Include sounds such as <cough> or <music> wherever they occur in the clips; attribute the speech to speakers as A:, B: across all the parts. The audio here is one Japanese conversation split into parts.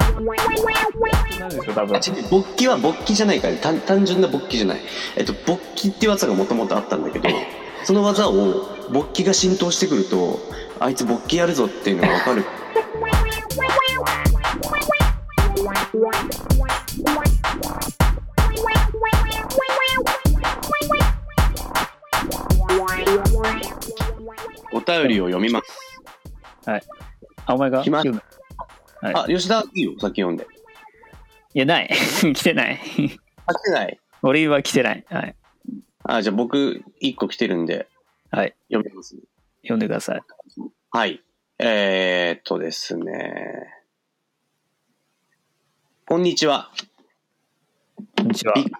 A: なんですよ、多分。
B: あ違う勃起は勃起じゃないから単単純な勃起じゃない、えっと、勃起っていう技がもともとあったんだけどその技を勃起が浸透してくるとあいつ勃起やるぞっていうのが分かるお便りを読みます
A: あ、お前が
B: 来ます
A: 読む
B: あ吉田いいよ先読んで
A: いや、ない。 <laughs> 来てない。
B: あ来てない
A: 俺は来てない。はい。
B: あじゃあ僕一個来てるんで
A: はい。
B: 読みますね
A: 読んでください。
B: はい。えー、っとですね。こんにちは。
A: こんにちは
B: ビ。ッグ、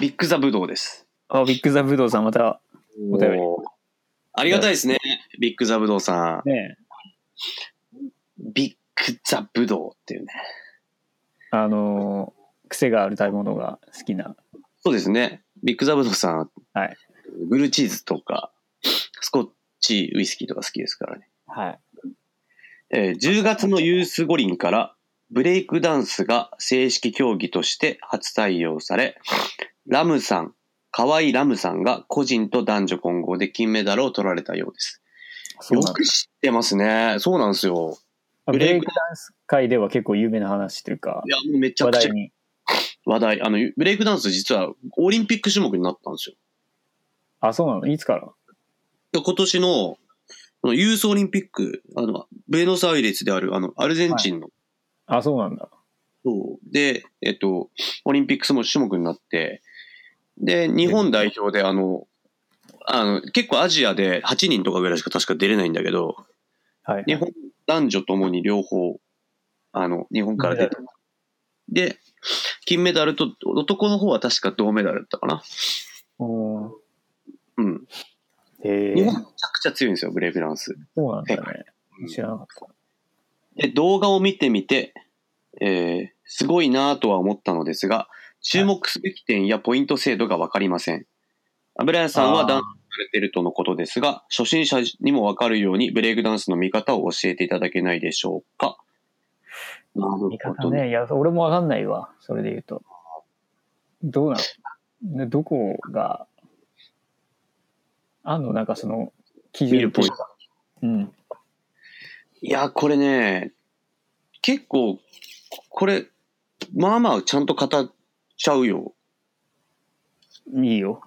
B: ビッグザブドウです。
A: あ、ビッグザブドウさん、また、お便り
B: おーありがたいですね。ビッグザブドウさん。
A: ね、
B: ビッグザブドウっていうね。
A: あのー癖がある食べ物が好きな。
B: そうですね。ビッグザブドウさん。
A: はい。
B: ブルーチーズとか、スコッチウイスキーとか好きですからね。
A: はい。
B: えー10月のユース五輪からブレイクダンスが正式競技として初採用され、ラムさん、河合ラムさんが個人と男女混合で金メダルを取られたようです。
A: そう
B: よ
A: なんだ
B: く知ってますね。そうなんですよ。
A: あブレイクダンス界では結構有名な話というか
B: い、や、もうめちゃ
A: 話
B: くちゃ
A: 題に。
B: 話題。あの、ブレイクダンス実はオリンピック種目になったんですよ。
A: あ、そうなのいつから
B: で今年のあのユースオリンピック、あの、ベノスアイレスである、あの、アルゼンチンの
A: あ、そうなんだ。
B: そう。で、えっと、オリンピック種目になって、で、日本代表で、あの、あの結構アジアで8人とかぐらいしか確か出れないんだけど、
A: はい。
B: 日本男女ともに両方、あの、日本から出てで、金メダルと、男の方は確か銅メダルだったかな。
A: うん
B: うん。
A: へ
B: 日
A: え
B: 本、めちゃくちゃ強いんですよ、ブレイクダンス。
A: そうなんだ
B: 世
A: ね。知らなかった。
B: で、動画を見てみて、えーすごいなぁとは思ったのですが、注目すべき点やポイント制度がわかりません。油屋さんはダンスされてるとのことですが、初心者にもわかるようにブレイクダンスの見方を教えていただけないでしょうか。なるほ
A: 見
B: ど
A: 方
B: ね。
A: ね。いや、俺もわかんないわ。それで言うと。どうなのねどこが、あんのなんかその、基準
B: 見るポイント
A: うん。
B: いや、これね、結構、これ、まあまあちゃんと語っちゃうよ。
A: いいよ。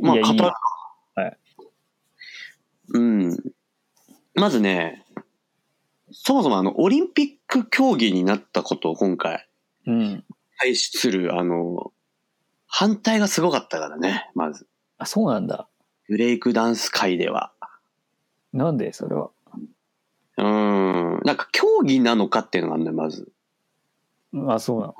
B: まあ、
A: いやいい
B: 語る。
A: はい。
B: うん。まずね、そもそもあの、オリンピック競技になったことを今回、
A: うん。
B: 対する、あの、反対がすごかったからね、まず。
A: あ、そうなんだ。
B: ブレイクダンス界では。
A: なんでそれは。
B: うーん。なんか、競技なのかっていうのがあるのよ、まず。
A: あ、そうな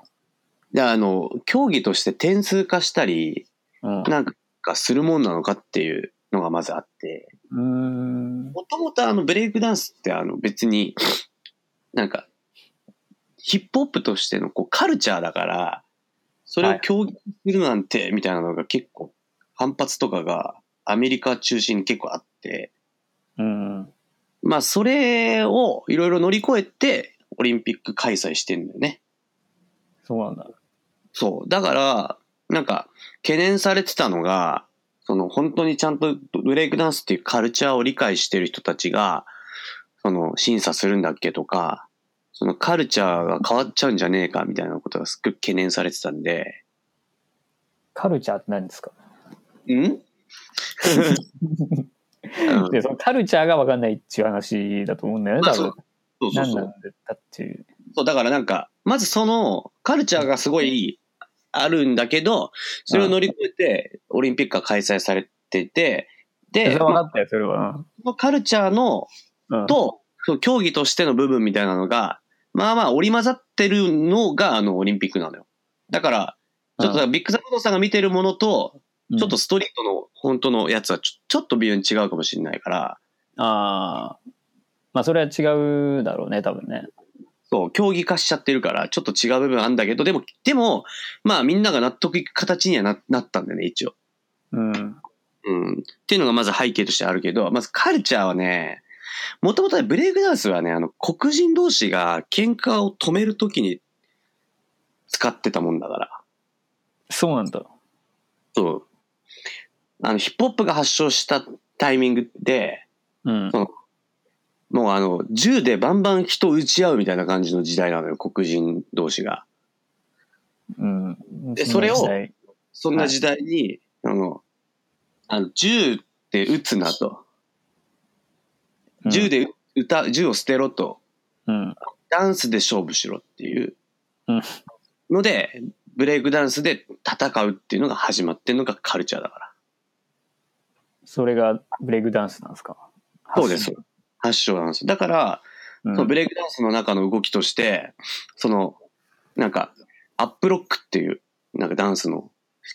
B: で、あの、競技として点数化したり、
A: の。
B: なんかするもんなのかっていうのがまずあって。
A: うん。うーん。
B: もともとあのブレイクダンスってあの別になんかヒップホップとしてのこうカルチャーだからそれを競技するなんてみたいなのが結構反発とかがアメリカ中心に結構あって
A: うん。
B: まあそれをいろいろ乗り越えてオリンピック開催してんだよね。
A: そうなんだ。
B: そう。だから、なんか、懸念されてたのが、その、本当にちゃんとブレイクダンスっていうカルチャーを理解してる人たちが、その、審査するんだっけとか、そのカルチャーが変わっちゃうんじゃねえかみたいなことがすっごい懸念されてたんで、
A: カルチャーって何ですか
B: んうん
A: でそのカルチャーがわかんないっていう話だと思うんだよね、
B: まあ
A: 多分。
B: そうそう
A: 何
B: そ
A: な。
B: うん
A: だっていう。
B: そう、だからなんか、まずその、カルチャーがすごいあるんだけど、それを乗り越えて、オリンピックが開催されてて、
A: そ
B: で、
A: れは分か
B: まあ
A: ったよ、それは。
B: そのカルチャーの
A: うん、
B: と、そう競技としての部分みたいなのが、まあまあ織り交ざってるのが、あの、オリンピックなのよ。だから、ちょっとだからビッグザブドウさんが見てるものと、
A: うん
B: ちょっと、ストリートの本当のやつはちょちょっと微妙に違うかもしれないから、
A: ああ。まあ、それは違うだろうね、多分ね。
B: そう、競技化しちゃってるから、ちょっと違う部分あるんだけど、でも、でも、まあみんなが納得いく形にはななったんだよね、一応。
A: うん。
B: うん。っていうのがまず背景としてあるけど、まずカルチャーはね、もともとブレイクダンスはね、あの、黒人同士が喧嘩を止めるときに使ってたもんだから。
A: そうなんだ。
B: そう。あの、ヒップホップが発祥したタイミングで、
A: うん。
B: もうあの、銃でバンバン人撃ち合うみたいな感じの時代なのよ、黒人同士が。
A: うん。
B: でそれを
A: の時代
B: そんな時代に、あの、あの銃って撃つなと。
A: うん
B: 銃で撃た、銃を捨てろと。
A: うん。
B: ダンスで勝負しろっていう
A: うん
B: ので、ブレイクダンスで戦うっていうのが始まってんのがカルチャーだから。
A: それがブレイクダンスなんですか
B: そうです。発祥なんです。だから、
A: う
B: そのブ
A: ん。
B: レイクダンスの中の動きとして、その、なんか、アップロックっていう、なんかダンスの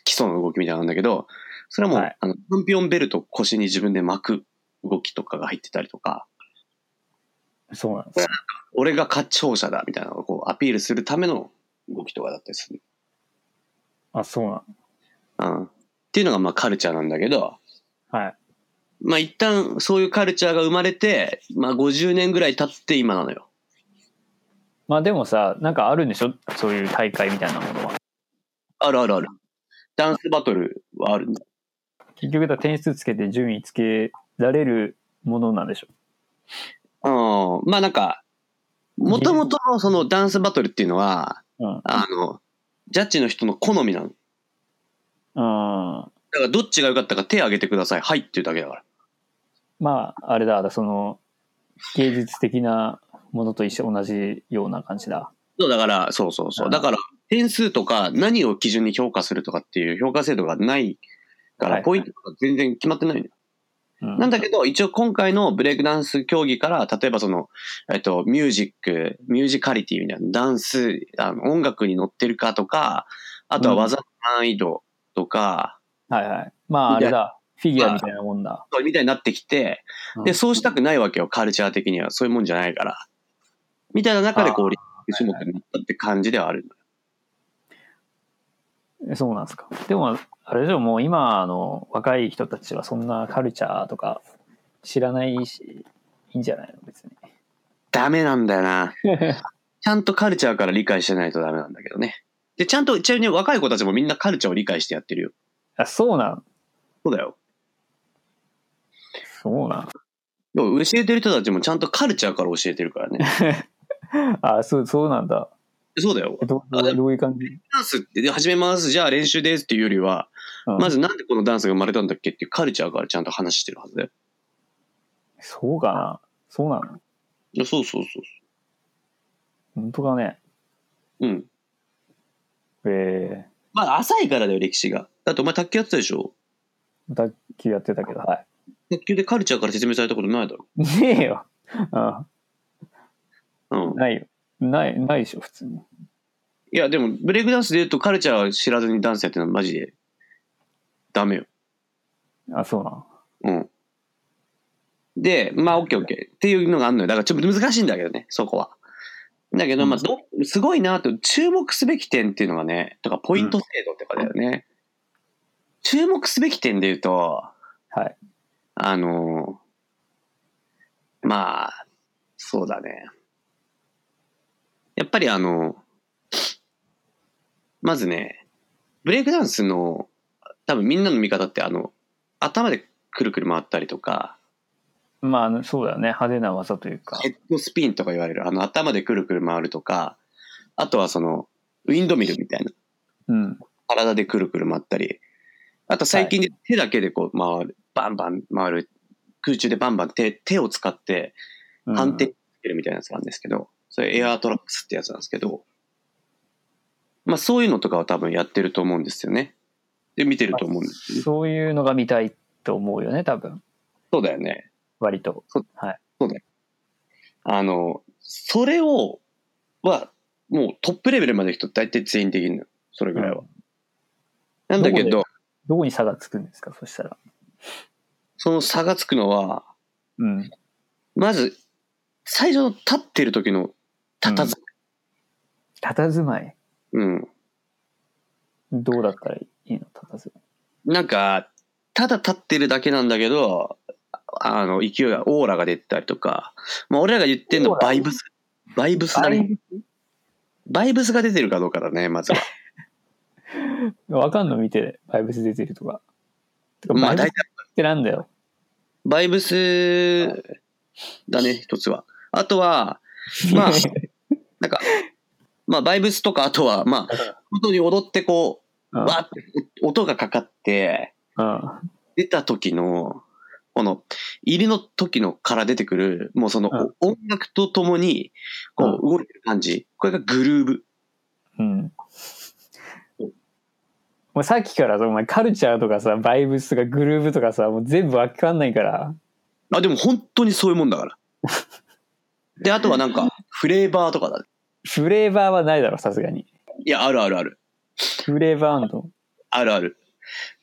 B: 基礎の動きみたいなのなんだけど、それはもう、
A: はい
B: あの、チャンピオンベルトを腰に自分で巻く動きとかが入ってたりとか、
A: そうなんです。
B: 俺が勝勝者だみたいなのをこうアピールするための動きとかだったりする。
A: あ、そうなん。
B: うん。っていうのがまあカルチャーなんだけど、
A: はい。
B: まあ一旦そういうカルチャーが生まれて、まあ50年ぐらい経って今なのよ。
A: まあでもさ、なんかあるんでしょそういう大会みたいなものは。
B: あるあるある。ダンスバトルはあるんだ。
A: 結局だから点数つけて順位つけられるものなんでしょ
B: うん。まあなんか、もともとのそのダンスバトルっていうのは、
A: うん。
B: あの、ジャッジの人の好みなの。だ
A: うん。
B: からどっちが良かったか手挙げてください。はいっていうだけだから。
A: まあ、あれだ、その、芸術的なものと一緒、同じような感じだ。
B: そう、だから、そうそうそうう。
A: ん
B: だから、点数とか何を基準に評価するとかっていう評価制度がないか
A: は
B: ら、
A: い
B: ポイントとか全然決まってないのよ。
A: うん。
B: なんだけど、一応今回のブレイクダンス競技から、例えばその、えっと、ミュージック、ミュージカリティみたいな、ダンス、あの音楽に乗ってるかとか、あとは技の難易度とか、
A: はいはい。まあ、あれだ、フィギュアみたいなもんだ。
B: そうみたいになってきて、
A: う
B: で、
A: ん
B: そうしたくないわけよ、カルチャー的には。そういうもんじゃないから。みたいな中で、こう、リンク種目になったって感じではある。
A: えそうなんですか。でも、あれでしょ、もう今の若い人たちはそんなカルチャーとか知らないし、いいんじゃないの別に。
B: ダメなんだよな。
A: <laughs>
B: ちゃんとカルチャーから理解してないとダメなんだけどね。で、ちゃんと、ちなみに若い子たちもみんなカルチャーを理解してやってるよ。
A: あ、そうなん。
B: そうだよ。
A: そうなん。
B: でも教えてる人たちもちゃんとカルチャーから教えてるからね。
A: <laughs> あ、そう、そうなんだ。
B: そうだよ。
A: えど
B: あでも
A: どういう感じ、
B: ダンスって始めます。じゃあ練習ですっていうよりは、
A: うん
B: まずなんでこのダンスが生まれたんだっけっていうカルチャーからちゃんと話してるはずだよ。
A: そうかな。そうなの
B: いやそうそうそう
A: 本当かね。
B: そう。うん。
A: え
B: まあ浅いからだよ、歴史が。だってお前卓球やってたでしょ
A: ー、卓球やってたけど、は
B: 卓球でカルチャーから説明されたことないだろ。
A: い。ねえよ。あ
B: うん。
A: ないよ。ない、ないでしょ、普通に。
B: いや、でもブレイクダンスで言うとカルチャー知らずにダンスやってるのはマジでダメよ。
A: あ、そうなん。
B: うん。で、まあ、オッケーオッケーっていうのがあるのよ。だからちょっと難しいんだけどね、そこは。だけど、まあど、すごいなと、注目すべき点っていうのがね、とか、ポイント制度とかだよね。注目すべき点で言うと、
A: はい。
B: あのーまあ、そうだね。やっぱりあの、まずね、ブレイクダンスの、多分みんなの見方って、あの、頭でくるくる回ったりとか、
A: まああの、そうだよね。派手な技というか。
B: ヘッドスピンとか言われる、あの、頭でくるくる回るとか、あとはその、ウィンドミルみたいな、
A: うん。
B: 体でくるくる回ったり、あと最近で手だけでこう回る、バンバン回る、空中でバンバン手、手を使って、
A: うん
B: 反転してるみたいなやつなんですけど、それエアートラックスってやつなんですけど、まあそういうのとかは多分やってると思うんですよね。で、見てると思うんですよね。
A: そういうのが見たいと思うよね、多分。
B: そうだよね。
A: 割と。
B: あの、それを、は、もうトップレベルまで行くと大体全員できるのよ。それぐらいは。なんだけ
A: ど
B: ど、
A: どこに差がつくんですか、そしたら。
B: その差がつくのは、
A: うん。
B: まず、最初の立ってる時の、たたず、
A: 佇まい。
B: うん。
A: どうだったらいいの、佇まい。
B: なんか、ただ立ってるだけなんだけど、あの、勢いが、オーラが出てたりとか、まあ、俺らが言ってんの
A: オーラ
B: バイブス。バイブスだね。バイブスが出てるかどうかだね、まずは。
A: わかんの見て、バイブス出てるとか。てか
B: ま
A: <laughs> バイ
B: あ、
A: ブス
B: 大
A: っ
B: 体、
A: てなんだよ。
B: バイブスだね、一つは。あとは、まあなんか、まあ、バイブスとか、あと
A: <laughs>
B: は、まあ、本当に踊ってこ
A: <laughs>
B: う、
A: うん
B: わーって音がかかって、
A: うん
B: 出た時の、この、入りの時のから出てくる、もうその
A: うん
B: 音楽とともに、こう、動いてる感じ。これがグルーブ。
A: うん。もうさっきからさ、お前カルチャーとかさ、バイブスとかグルーブとかさ、もう全部わかんないから。
B: あ、でも本当にそういうもん
A: <laughs>
B: だから。で、あとはなんか、フレーバーとかだ。
A: フレーバーはないだろ、さすがに。
B: いや、あるあるある。
A: フレーバーアンド。
B: あるある。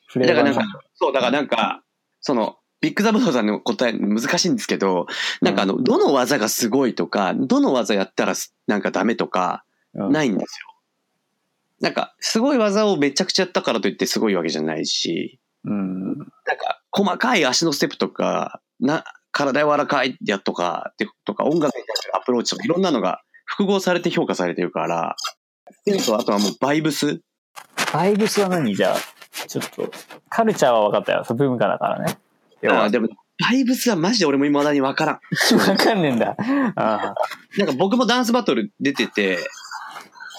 A: フレ
B: だ
A: ー
B: から
A: バー
B: な
A: ア
B: ん
A: ンド
B: か。、そう、だからなんか、その、ビッグザブローさんの答え難しいんですけど、なんかあの、どの技がすごいとか、どの技やったらすなんかダメとか、
A: うん
B: ないんですよ。なんか、すごい技をめちゃくちゃやったからといってすごいわけじゃないし、
A: うん。
B: なんか、細かい足のステップとか、な、体柔らかいやとか、でとか、音楽に対するアプローチとか、いろんなのが複合されて評価されてるから、っていうのと、あとはもうバイブス。
A: バイブスは何じゃあ、ちょっと、カルチャーは分かったよ。そう文化だからね。要
B: あ
A: は
B: ーでも、バイブスはマジで俺も未だにわからん。
A: 分かんねえんだ。ああ
B: なんか僕もダンスバトル出てて、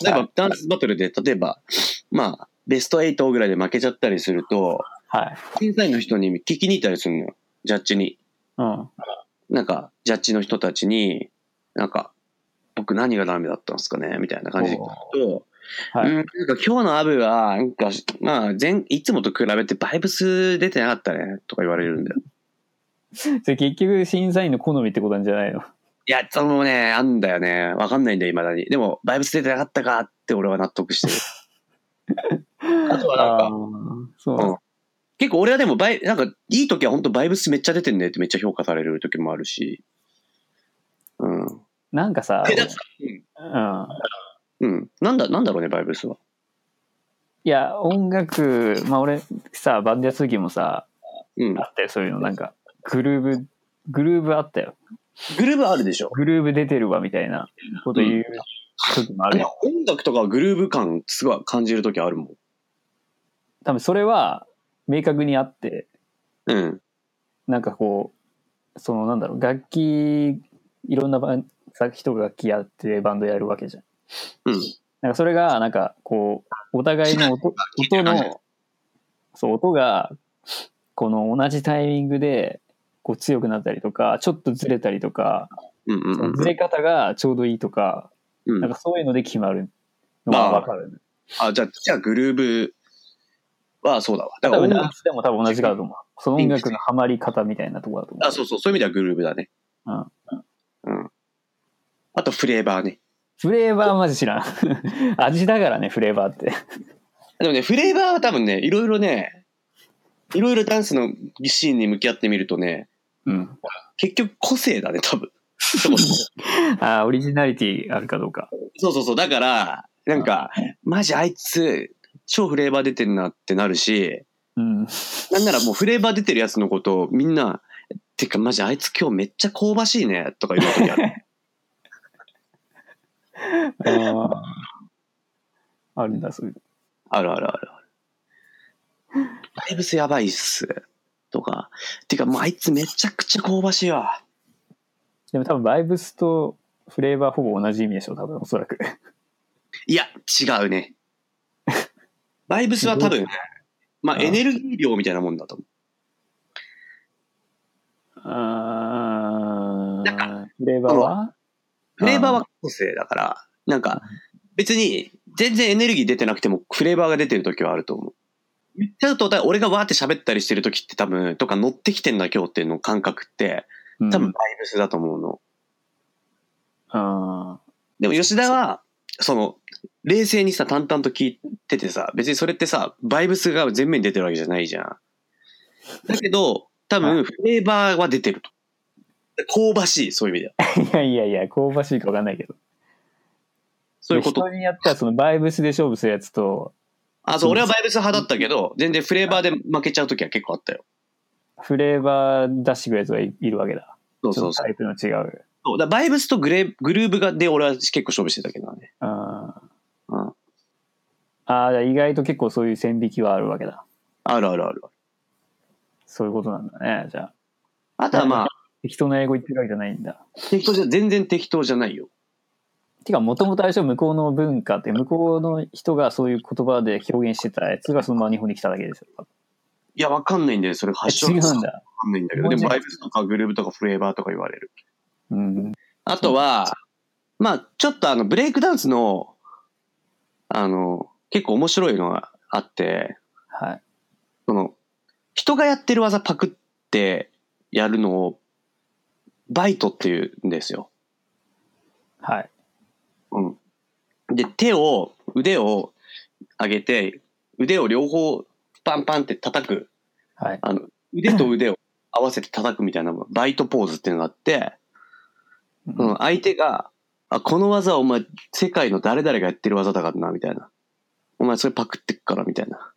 B: 例えばダンスバトルで、例えば、まあ、ベスト8ぐらいで負けちゃったりすると、
A: はい。
B: 審査員の人に聞きに行ったりするのよ。ジャッジに。
A: うん。
B: なんか、ジャッジの人たちに、なんか、僕何がダメだったんですかねみたいな感じで聞くと、
A: おーはい
B: うん、なんか今日のアブは、なんか、まあ、前、いつもと比べてバイブス出てなかったね、とか言われるんだよ。
A: それ結局、審査員の好みってことなんじゃないの
B: いや、そのね、あんだよね。わかんないんだよ、未だに。でも、バイブス出てなかったかって俺は納得してる。
A: <laughs>
B: あとはなん
A: あー
B: か、
A: そうなんだ
B: うん結構俺はでもバイ、なんか、いい時は本当バイブスめっちゃ出てんねってめっちゃ評価される時もあるし。うん。
A: なんかさ、
B: えだって
A: うん。
B: うん。なんだ、なんだろうね、バイブスは。
A: いや、音楽、まあ俺さ、バンドやった時もさ、
B: うん。
A: あったよ、そういうの。なんか、グルーブ、グルーブあったよ。
B: グルーブあるでしょ。
A: グルーブ出てるわ、みたいなこと言う時もあ
B: あ
A: る
B: れ
A: よ。
B: 音楽とかはグルーブ感すごい感じる時あるもん。
A: 多分それは、明確にあって、
B: うん。
A: なんかこう、そのなんだろう、楽器、いろんなバンさ人が楽器やってバンドやるわけじゃん。
B: うん。
A: なんかそれが、なんかこう、お互いの音音の、そう、音が、この同じタイミングで、こう強くなったりとか、ちょっとずれたりとか、
B: うんうん
A: その
B: う
A: ず
B: ん
A: れ方がちょうどいいとか、
B: うん。
A: なんかそういうので決まるのがわかる、ね。
B: あ、じゃあ、じゃあグルーブはそうだわ。だ
A: 多
B: から
A: 分
B: 音
A: ダン
B: 楽、
A: スでも多分同じかと思う。その音楽のハマり方みたいなところだと思う。
B: あ、そうそう、そういう意味ではグルーブだね。
A: うん。
B: うん。あとフレーバーね。
A: フレーバーマジ知らん。味だからね、フレーバーって。
B: でもね、フレーバーは多分ね、いろいろね、いろいろダンスのシーンに向き合ってみるとね、
A: うん。
B: 結局個性だね、
A: <laughs>
B: 多分。そう
A: あーオリジナリティあるかどうか。
B: そうそうそう。だから、なんか、マジあいつ、超フレーバー出てんなってなるし、
A: うん。
B: なんならもうフレーバー出てるやつのことをみんな、てかマジあいつ今日めっちゃ香ばしいね、とか言うときある。
A: あーあるんだ、そういう。
B: あるあるあるある。バイブスやばいっす。とか、てかもうあいつめちゃくちゃ香ばしいわ。
A: でも多分、バイブスとフレーバーほぼ同じ意味でしょ、多分、おそらく。
B: いや、違うね。バイブスは多分、まあ
A: うん
B: エネルギー量みたいなもんだと思
A: あーフレーバーは
B: う。フレーバーは個性だから、なんか別に全然エネルギー出てなくてもフレーバーが出てる時はあると思う。言っちゃうと、だから俺がわーって喋ったりしてる時って多分、とか乗ってきてんだ今日っていうの感覚って、多分バイブスだと思うの。
A: うん。
B: でも吉田は、その、冷静にさ、淡々と聞いててさ、別にそれってさ、バイブスが全面に出てるわけじゃないじゃん。だけど、多
A: は
B: 分、フレーバーは出てると。香ばしい、そういう意味では。
A: いやいやいや、香ばしいか分かんないけど。
B: そういうこと
A: 人。にやっては、その、バイブスで勝負するやつと、
B: あ、そう、俺はバイブス派だったけど、全然フレーバーで負けちゃうときは結構あったよ。
A: フレーバー出してくるやつがいいるわけだ。
B: そうそうそう。
A: ちょっとタイプの違う。
B: そうだバイブスとグレグルーブがで俺は結構勝負してたけどね。
A: うん。あ
B: うん。
A: あ、じゃあ意外と結構そういう線引きはあるわけだ。
B: あるあるある。
A: そういうことなんだね、じゃあ。
B: あとはまあ、
A: 適当な英語言ってるわけじゃないんだ。
B: 適当じゃ、全然適当じゃないよ。
A: てか、もともとあれでしょ向こうの文化って、向こうの人がそういう言葉で表現してたやつがそのまま日本に来ただけでしょ。
B: いや、わかんないんだよ。それ発祥
A: 違う
B: わ
A: ん
B: か
A: だ。
B: んないんだけど。
A: 日本
B: で
A: 人
B: も、バイブスとかグルーブとかフレーバーとか言われる。
A: うん。
B: あとは、まあ、ちょっとあの、ブレイクダンスの、あの、結構面白いのがあって、
A: はい。
B: その、人がやってる技パクってやるのを、バイトって言うんですよ。
A: はい。
B: うん。で、手を、腕を上げて、腕を両方パンパンって叩く。
A: はい。
B: あの、腕と腕を合わせて叩くみたいな、バイトポーズっていうのがあって、その相手が、あ、この技はお前、世界の誰々がやってる技だからな、みたいな。お前それパクってっから、みたいな。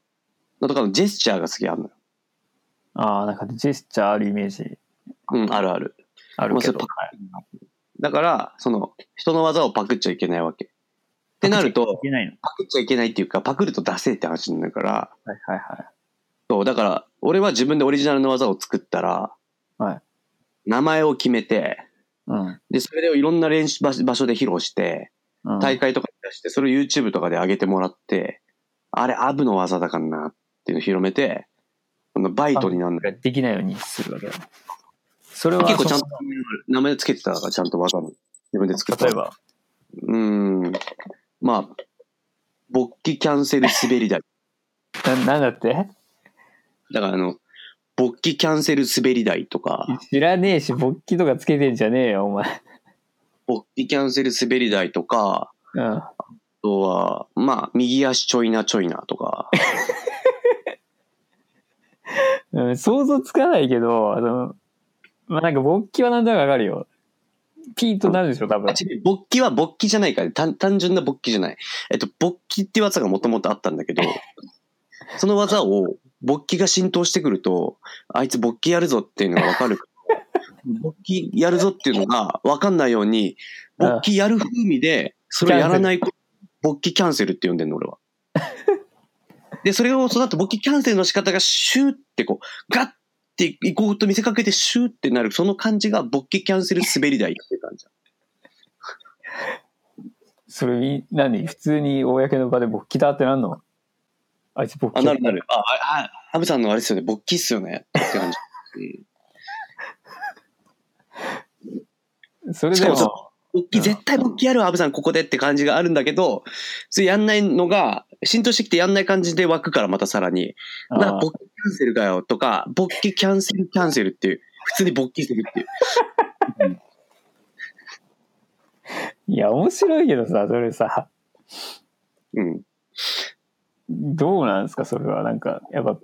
B: のとかのジェスチャーがすげえあるのよ。
A: ああ、なんかジェスチャーあるイメージ
B: うん、あるある。
A: あるけど。
B: まあ
A: はい。
B: だから、その、人の技をパクっちゃいけないわけ。ってなる
A: い
B: と、
A: けないの。
B: パクっちゃいけないっていうか、パクるとダセえって話になるから、
A: はいはいはい。
B: そう、だから、俺は自分でオリジナルの技を作ったら、
A: はい
B: 名前を決めて、
A: うん
B: で、それをいろんな練習場所場所で披露して、
A: うん。
B: 大会とかに出して、それを YouTube とかで上げてもらって、あれ、アブの技だからなっていうのを広めて、このバイトになんない。
A: ができないようにするわけだ。それは
B: 結構ちゃん
A: そ
B: と名前つけてたから、ちゃんと技も自分で作っ
A: の
B: た。
A: 例え。ば、
B: うーん。まあ、勃起キャンセル滑り台。
A: ななんだって
B: だからあの、勃起キャンセル滑り台とか、
A: 知らねえし、勃起とかつけてんじゃねえよ、お前。
B: 勃起キャンセル滑り台とか、
A: うん。
B: あとは、まあ、右足ちょいなちょいなとか、
A: うん想像つかないけど、あの、まあ、なんか勃起はなんとなくわかるよ。ピーとなるでしょ、多分
B: あ。違う勃起は勃起じゃないから、単単純な勃起じゃない。えっと、勃起っていう技がもともとあったんだけど、その技を勃起が浸透してくると、あいつ勃起やるぞっていうのがわかるから。勃起やるぞっていうのがわかんないように、
A: うん
B: 勃起やる風味で、それをやらないこと、勃起キャンセルって呼んでんの、俺は。で、それを、その後、勃起キャンセルの仕方がシューってこう、ガッって行こうと見せかけてシューってなる、その感じが勃起キャンセル滑り台っていう感じ。
A: それみ、何普通に公の場で勃起だってなんのあいつ勃
B: あ、
A: 起。
B: なるなる。あ、あ、あハブさんのあれですよね、勃起っすよね。って <laughs> 感じ。
A: それ
B: し
A: で
B: か
A: も
B: も、そ勃起、絶対勃起やるわ、ハブさんここでって感じがあるんだけど、それやんないのが、浸透してきてやんない感じで湧くから、またさらに。
A: あー
B: な、勃起キャンセルかよ、とか、勃起キャンセルキャンセルっていう、普通に勃起するっていう。
A: いや、面白いけどさ、それさ、
B: うん。
A: どうなんですか、それは。なんか、やっぱ、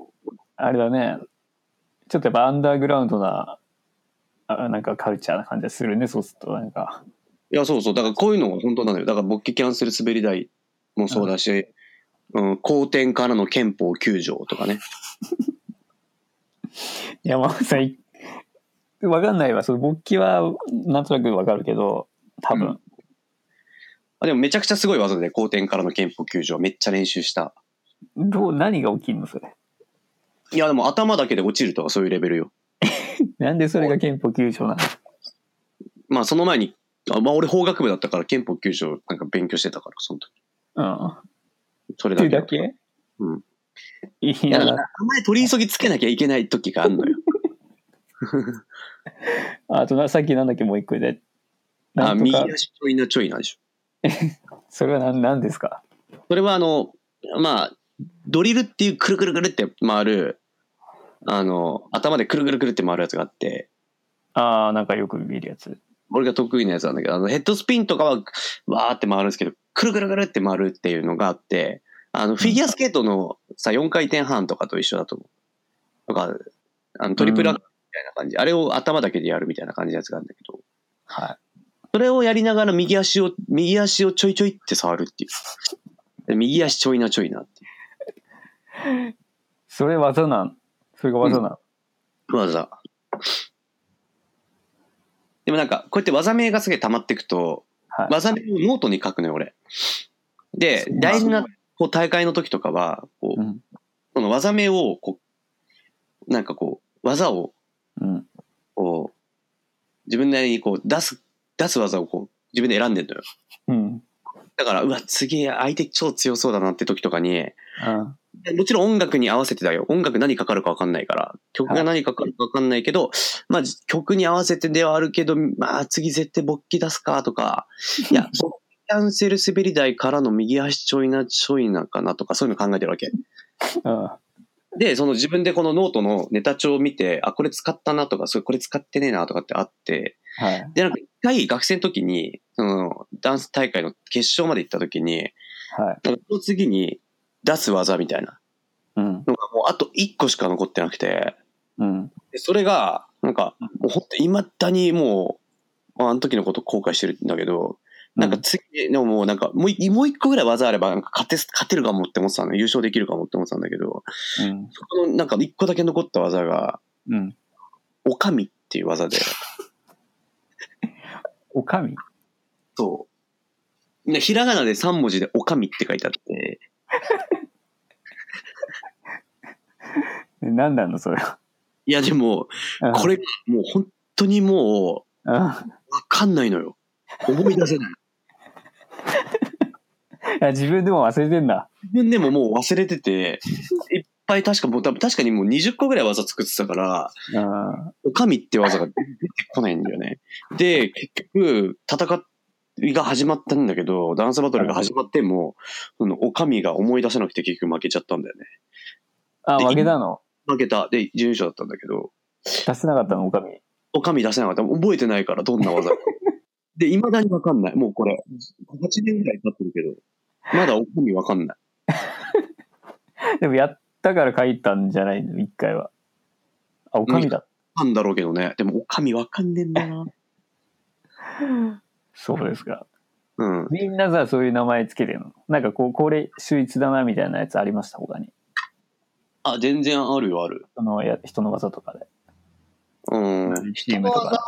A: あれだね。ちょっとやっぱアンダーグラウンドな、あなんかカルチャーな感じがするね、そうすると。なんか、
B: いや、そうそう。だからこういうのが本当なのよ。だから勃起キャンセル滑り台もそうだし、うん、後天からの憲法9条とかね。
A: 山本さんい、わかんないわ。その勃起は、なんとなくわかるけど、多分。
B: うんあでもめちゃくちゃすごい技で、後天からの憲法9条めっちゃ練習した。
A: どう、何が起きるの、それ。
B: いや、でも頭だけで落ちるとかそういうレベルよ。
A: なんでそれが憲法9条なの
B: まあ、その前に、あまあ、俺法学部だったから憲法9条なんか勉強してたから、その時。
A: うん。
B: それ
A: ってい
B: だ
A: う
B: け。
A: だけ
B: うん。
A: い
B: い
A: や
B: や、だから、あんまり取り急ぎつけなきゃいけない時があるのよ。
A: あとな、さっきなんだっけ、もう一個で。
B: あ、
A: <laughs> なんと
B: 右
A: か、
B: 足ちょいなちょいなでし
A: それは何何ですか
B: ょ。それは、あの、まあ、ドリルっていうくるくるくるって回る、あの、頭でくるくるくるって回るやつがあって、
A: ああ、なんかよく見るやつ。
B: 俺が得意なやつなんだけど、あのヘッドスピンとかは、わーって回るんですけど、くるくるくるって回るっていうのがあって、あの、フィギュアスケートのさ、4回転半とかと一緒だと思う。なんか、あのトリプルアクセルみたいな感じ、あれを頭だけでやるみたいな感じのやつがあるんだけど、
A: は
B: それをやりながら右足を、右足をちょいちょいって触るっていう。で右足ちょいなちょいなっていう。
A: い。それ技なんそれが技なん、
B: 技。でもなんか、こうやって技名がすげえ溜まっていくと、
A: はい
B: 技名をノートに書くのよ、俺。で、
A: そうなんだ
B: 大事なこう大会の時とかは、こう、
A: うん
B: その技名を、こう、なんかこう、技を、
A: うん
B: こう、自分なりにこう、出す、出す技をこう、自分で選んでんのよ。
A: うん
B: だから、うわ、次相手超強そうだなって時とかに、
A: あ
B: もちろん音楽に合わせてだよ。音楽何かかるか分かんないから。曲が何かかるか分かんないけど、まあ曲に合わせてではあるけど、まあ次絶対勃起出すかとか、いや、キャンセル滑り台からの右足ちょいなちょいなかなとか、そういうの考えてるわけ。
A: あ
B: で、その自分でこのノートのネタ帳を見て、あ、これ使ったなとか、それこれ使ってねえなとかってあって、
A: はい
B: で、なんか一回学生の時に、そのダンス大会の決勝まで行った時に、
A: はい
B: なんかその次に出す技みたいな。
A: うん
B: のがもうあと1個しか残ってなくて、
A: うん
B: でそれが、なんか、もうほんと、いまだにもう、ああの時のこと後悔してるんだけど、なんか次のもうなんか、もういもう一個ぐらい技あれば、なんか勝て、勝てるかもって思ってたの、優勝できるかもって思ってたんだけど、
A: うん
B: そこのなんか一個だけ残った技が、
A: うん
B: おかみっていう技で、
A: おかみ
B: そう。ねひらがなで3文字でおかみって書いてあって、
A: 何なんだそれはい
B: やでも、これ、もう本当にも
A: あ
B: う、わかんないのよ。思い出せない。
A: いや自分でも忘れてんだ
B: 自分でももう忘れてて、いっぱい確かもう多分確かにもう20個ぐらい技作ってたから、
A: あ
B: おかみって技が出てこないんだよね。で、結局、戦いが始まったんだけど、ダンスバトルが始まっても、そのおかみが思い出せなくて結局負けちゃったんだよね。
A: あ
B: で
A: 負けたの
B: 負けた。で、準優勝だったんだけど、
A: 出せなかったのおかみ
B: おかみ出せなかった。覚えてないから、どんな技かで、未だにわかんない。もうこれ、8年ぐらい経ってるけど、まだおかみわかんない。
A: でもやったから書いたんじゃないの一回はあおかみだ
B: なんだろうけどね。でも、おかみわかんねえんだな。
A: そうですか
B: うん。
A: みんなさそういう名前つけてるのなんかこうこれ秀逸だなみたいなやつありました他に
B: あ、全然あるよ、ある。
A: そのや人の技とかで
B: うん。人
A: CM
B: の
A: と
B: 技
A: か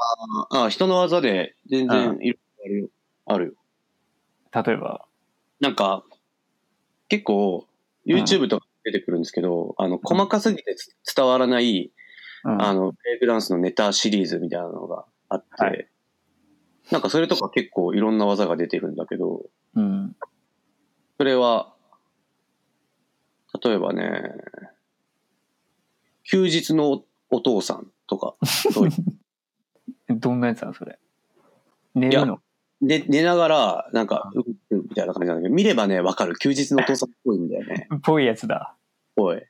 B: あ、人の技で、全然いろいろあるよ。あるよ。
A: 例えば
B: なんか、結構、YouTube とか出てくるんですけど、あの、細かすぎてつ伝わらない、
A: うん
B: あの、ブレイクダンスのネタシリーズみたいなのがあって、
A: は
B: なんかそれとか結構いろんな技が出てるんだけど、
A: うん
B: それは、例えばね、休日のおお父さんとか、そういう
A: どんなやつなのそれ寝るの
B: で、寝ながら、なんか、動くみたいな感じなんだけど、見ればね、わかる。休日のお父さんっぽいんだよ <laughs> ね。
A: っぽいやつだ
B: おい。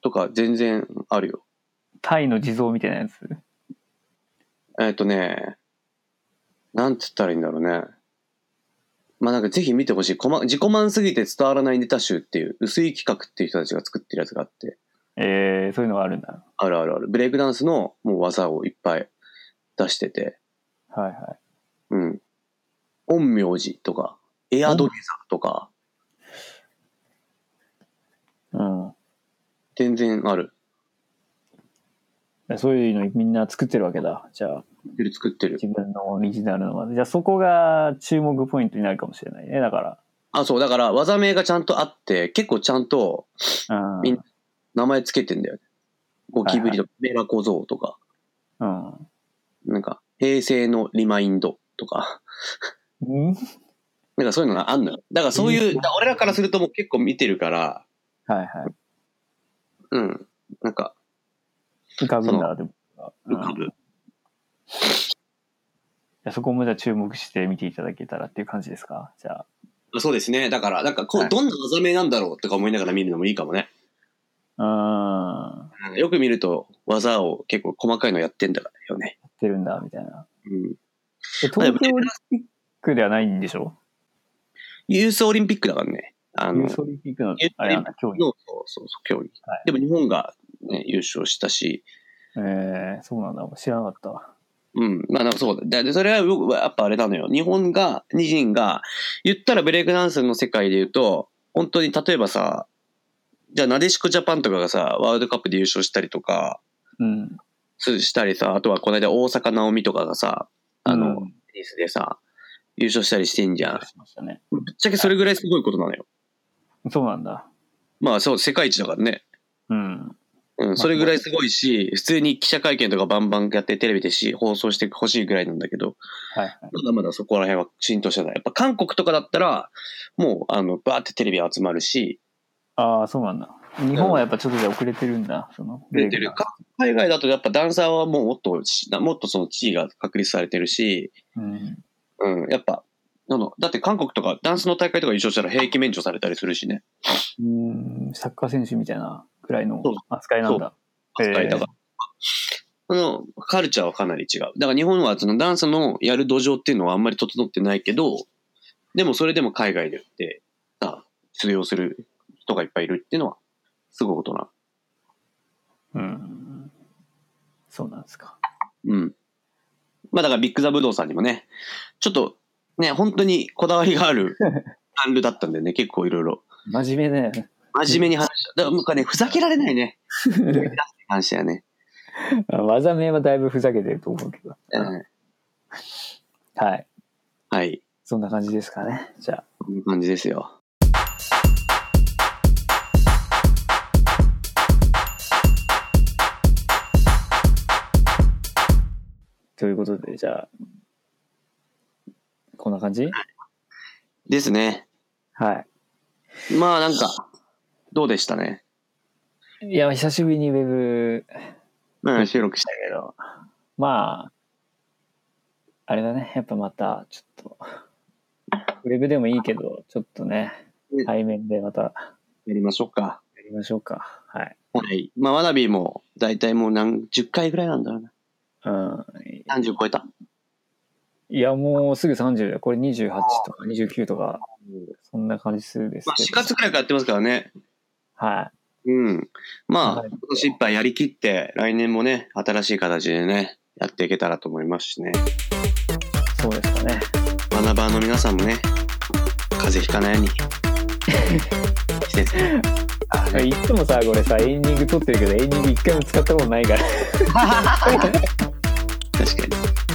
B: とか、全然あるよ。
A: タイの地蔵みたいなやつ
B: えっ、とね、なんつったらいいんだろうね。まあなんかぜひ見てほしい。こま、自己満すぎて伝わらないネタ集っていう、薄い企画っていう人たちが作ってるやつがあって、
A: えー、そういうのがあるんだ
B: あるあるある。ブレイクダンスのもう技をいっぱい出してて、
A: はいは
B: うん。陰陽師とか、エアドゲザとか、
A: いうん
B: 全然ある。
A: いやそういうのみんな作ってるわけだじゃあ
B: 作ってる作ってる。
A: 自分のオリジナルの技じゃあそこが注目ポイントになるかもしれないねだか
B: あ、そう、だから技名がちゃんとあって、結構ちゃんと
A: らうん
B: みん名前つけてんだよね。ゴキブリとか、メラ小僧とか、
A: うん
B: なんか、平成のリマインドとか、 <laughs>
A: うん
B: なんかそういうのがあんのよ。だからそういう、だから俺らからするともう結構見てるから、
A: はいはい。
B: うん。なんか、
A: 浮かぶんだ、でも。うん
B: 浮かぶ。
A: いやそこもじゃあ注目して見ていただけたらっていう感じですかじゃ
B: あそうですね。だから、なんかこ
A: は
B: う、
A: い
B: どんな技名なんだろうとか思いながら見るのもいいかもね。
A: あ。うん。や
B: なんかよく見ると、技を結構細かいのやってんだよね。
A: ってるんだ、みたいな。
B: うん。
A: え東京オリンピックではないんでしょ
B: ユースオリンピックだからね。あ
A: ユ
B: の、
A: ースオリンピックの
B: ユース、
A: あれなんだ、競技。
B: のそうそうそう、競技。
A: はい
B: でも日本が、ね、優勝したし、
A: えー、そうなんだ。知らなかったわ。
B: うん。まあ、なんかそうだ。でで、それは僕はやっぱあれなのよ。日本が、日人が、言ったらブレイクダンスの世界で言うと、本当に例えばさ、じゃあ、なでしこジャパンとかがさ、ワールドカップで優勝したりとか、
A: うん。
B: したりさ、あとはこの間大坂なおみとかがさ、あの、
A: うん
B: テニスでさ、優勝したりしてんじゃん。
A: しましたね。
B: ぶっちゃけそれぐらいすごいことなのよ。
A: そうなんだ。
B: まあそう、世界一だからね。
A: うん。
B: うん、それぐらいすごいし、普通に記者会見とかバンバンやってテレビでし、放送してほしいぐらいなんだけど、
A: はいはい。
B: まだまだそこら辺は浸透してない。やっぱ韓国とかだったら、もう、あの、バーってテレビ集まるし、
A: ああ、そうなんだ。日本はやっぱちょっとじゃ遅れてるんだ。その
B: 出てる。か海外だとやっぱダンサーはもうもっとし、もっとその地位が確立されてるし、
A: うん。
B: うん、やっぱ、あのだって韓国とかダンスの大会とか優勝したら兵役免除されたりするしね。
A: うん、サッカー選手みたいなくらいの
B: そう
A: 扱いなんだ。へー
B: 扱いだから。あの、カルチャーはかなり違う。だから日本はそのダンスのやる土壌っていうのはあんまり整ってないけど、でもそれでも海外でって、あ通用する人がいっぱいいるっていうのは、すごいことな。
A: うん。そうなんですか。
B: うん。まあだからビッグザブドウさんにもね、ちょっとね、本当にこだわりがあるジャンルだったんでね、結構いろいろ。
A: 真面目だよ
B: <laughs>
A: ね。
B: 真面目に話した。だからなんかね、ふざけられないね。話だね。
A: 技名はだいぶふざけてると思うけど。
B: うん
A: はい。
B: はい。
A: そんな感じですかね。じゃあ。
B: こんな感じですよ。
A: ということで、じゃあ、こんな感じ
B: ですね。
A: は
B: まあなんか、どうでしたね。
A: い。いや、久しぶりにウェブ
B: うん、収録した
A: だけど、まあ、あれだね。やっぱまた、ち
B: <laughs>
A: ょっと、ウェブでもいいけど、ちょっとね、対面でまたや
B: やりましょうか。
A: りましょうか。はい。
B: はい。まあ、わなびも、だいたいもう何、10回ぐらいなんだろうな。
A: うん。
B: 30超えた。
A: いや、もうすぐ30だよ。これ28とか29とか、そんな感じするです
B: まあ、
A: け
B: 4
A: ど。
B: 月くらいからやってますからね。
A: はい。
B: うん。まあ、
A: はい
B: 今年いっぱいやりきって、来年もね、新しい形でね、やっていけたらと思いますしね。
A: そうですかね。
B: 学ナバーの皆さんもね、風邪ひかない
A: <laughs>
B: ように。してですね。
A: あいつもさ、これさ、エンディング撮ってるけど、エンディング一回も使ったことないから。
B: 確かに。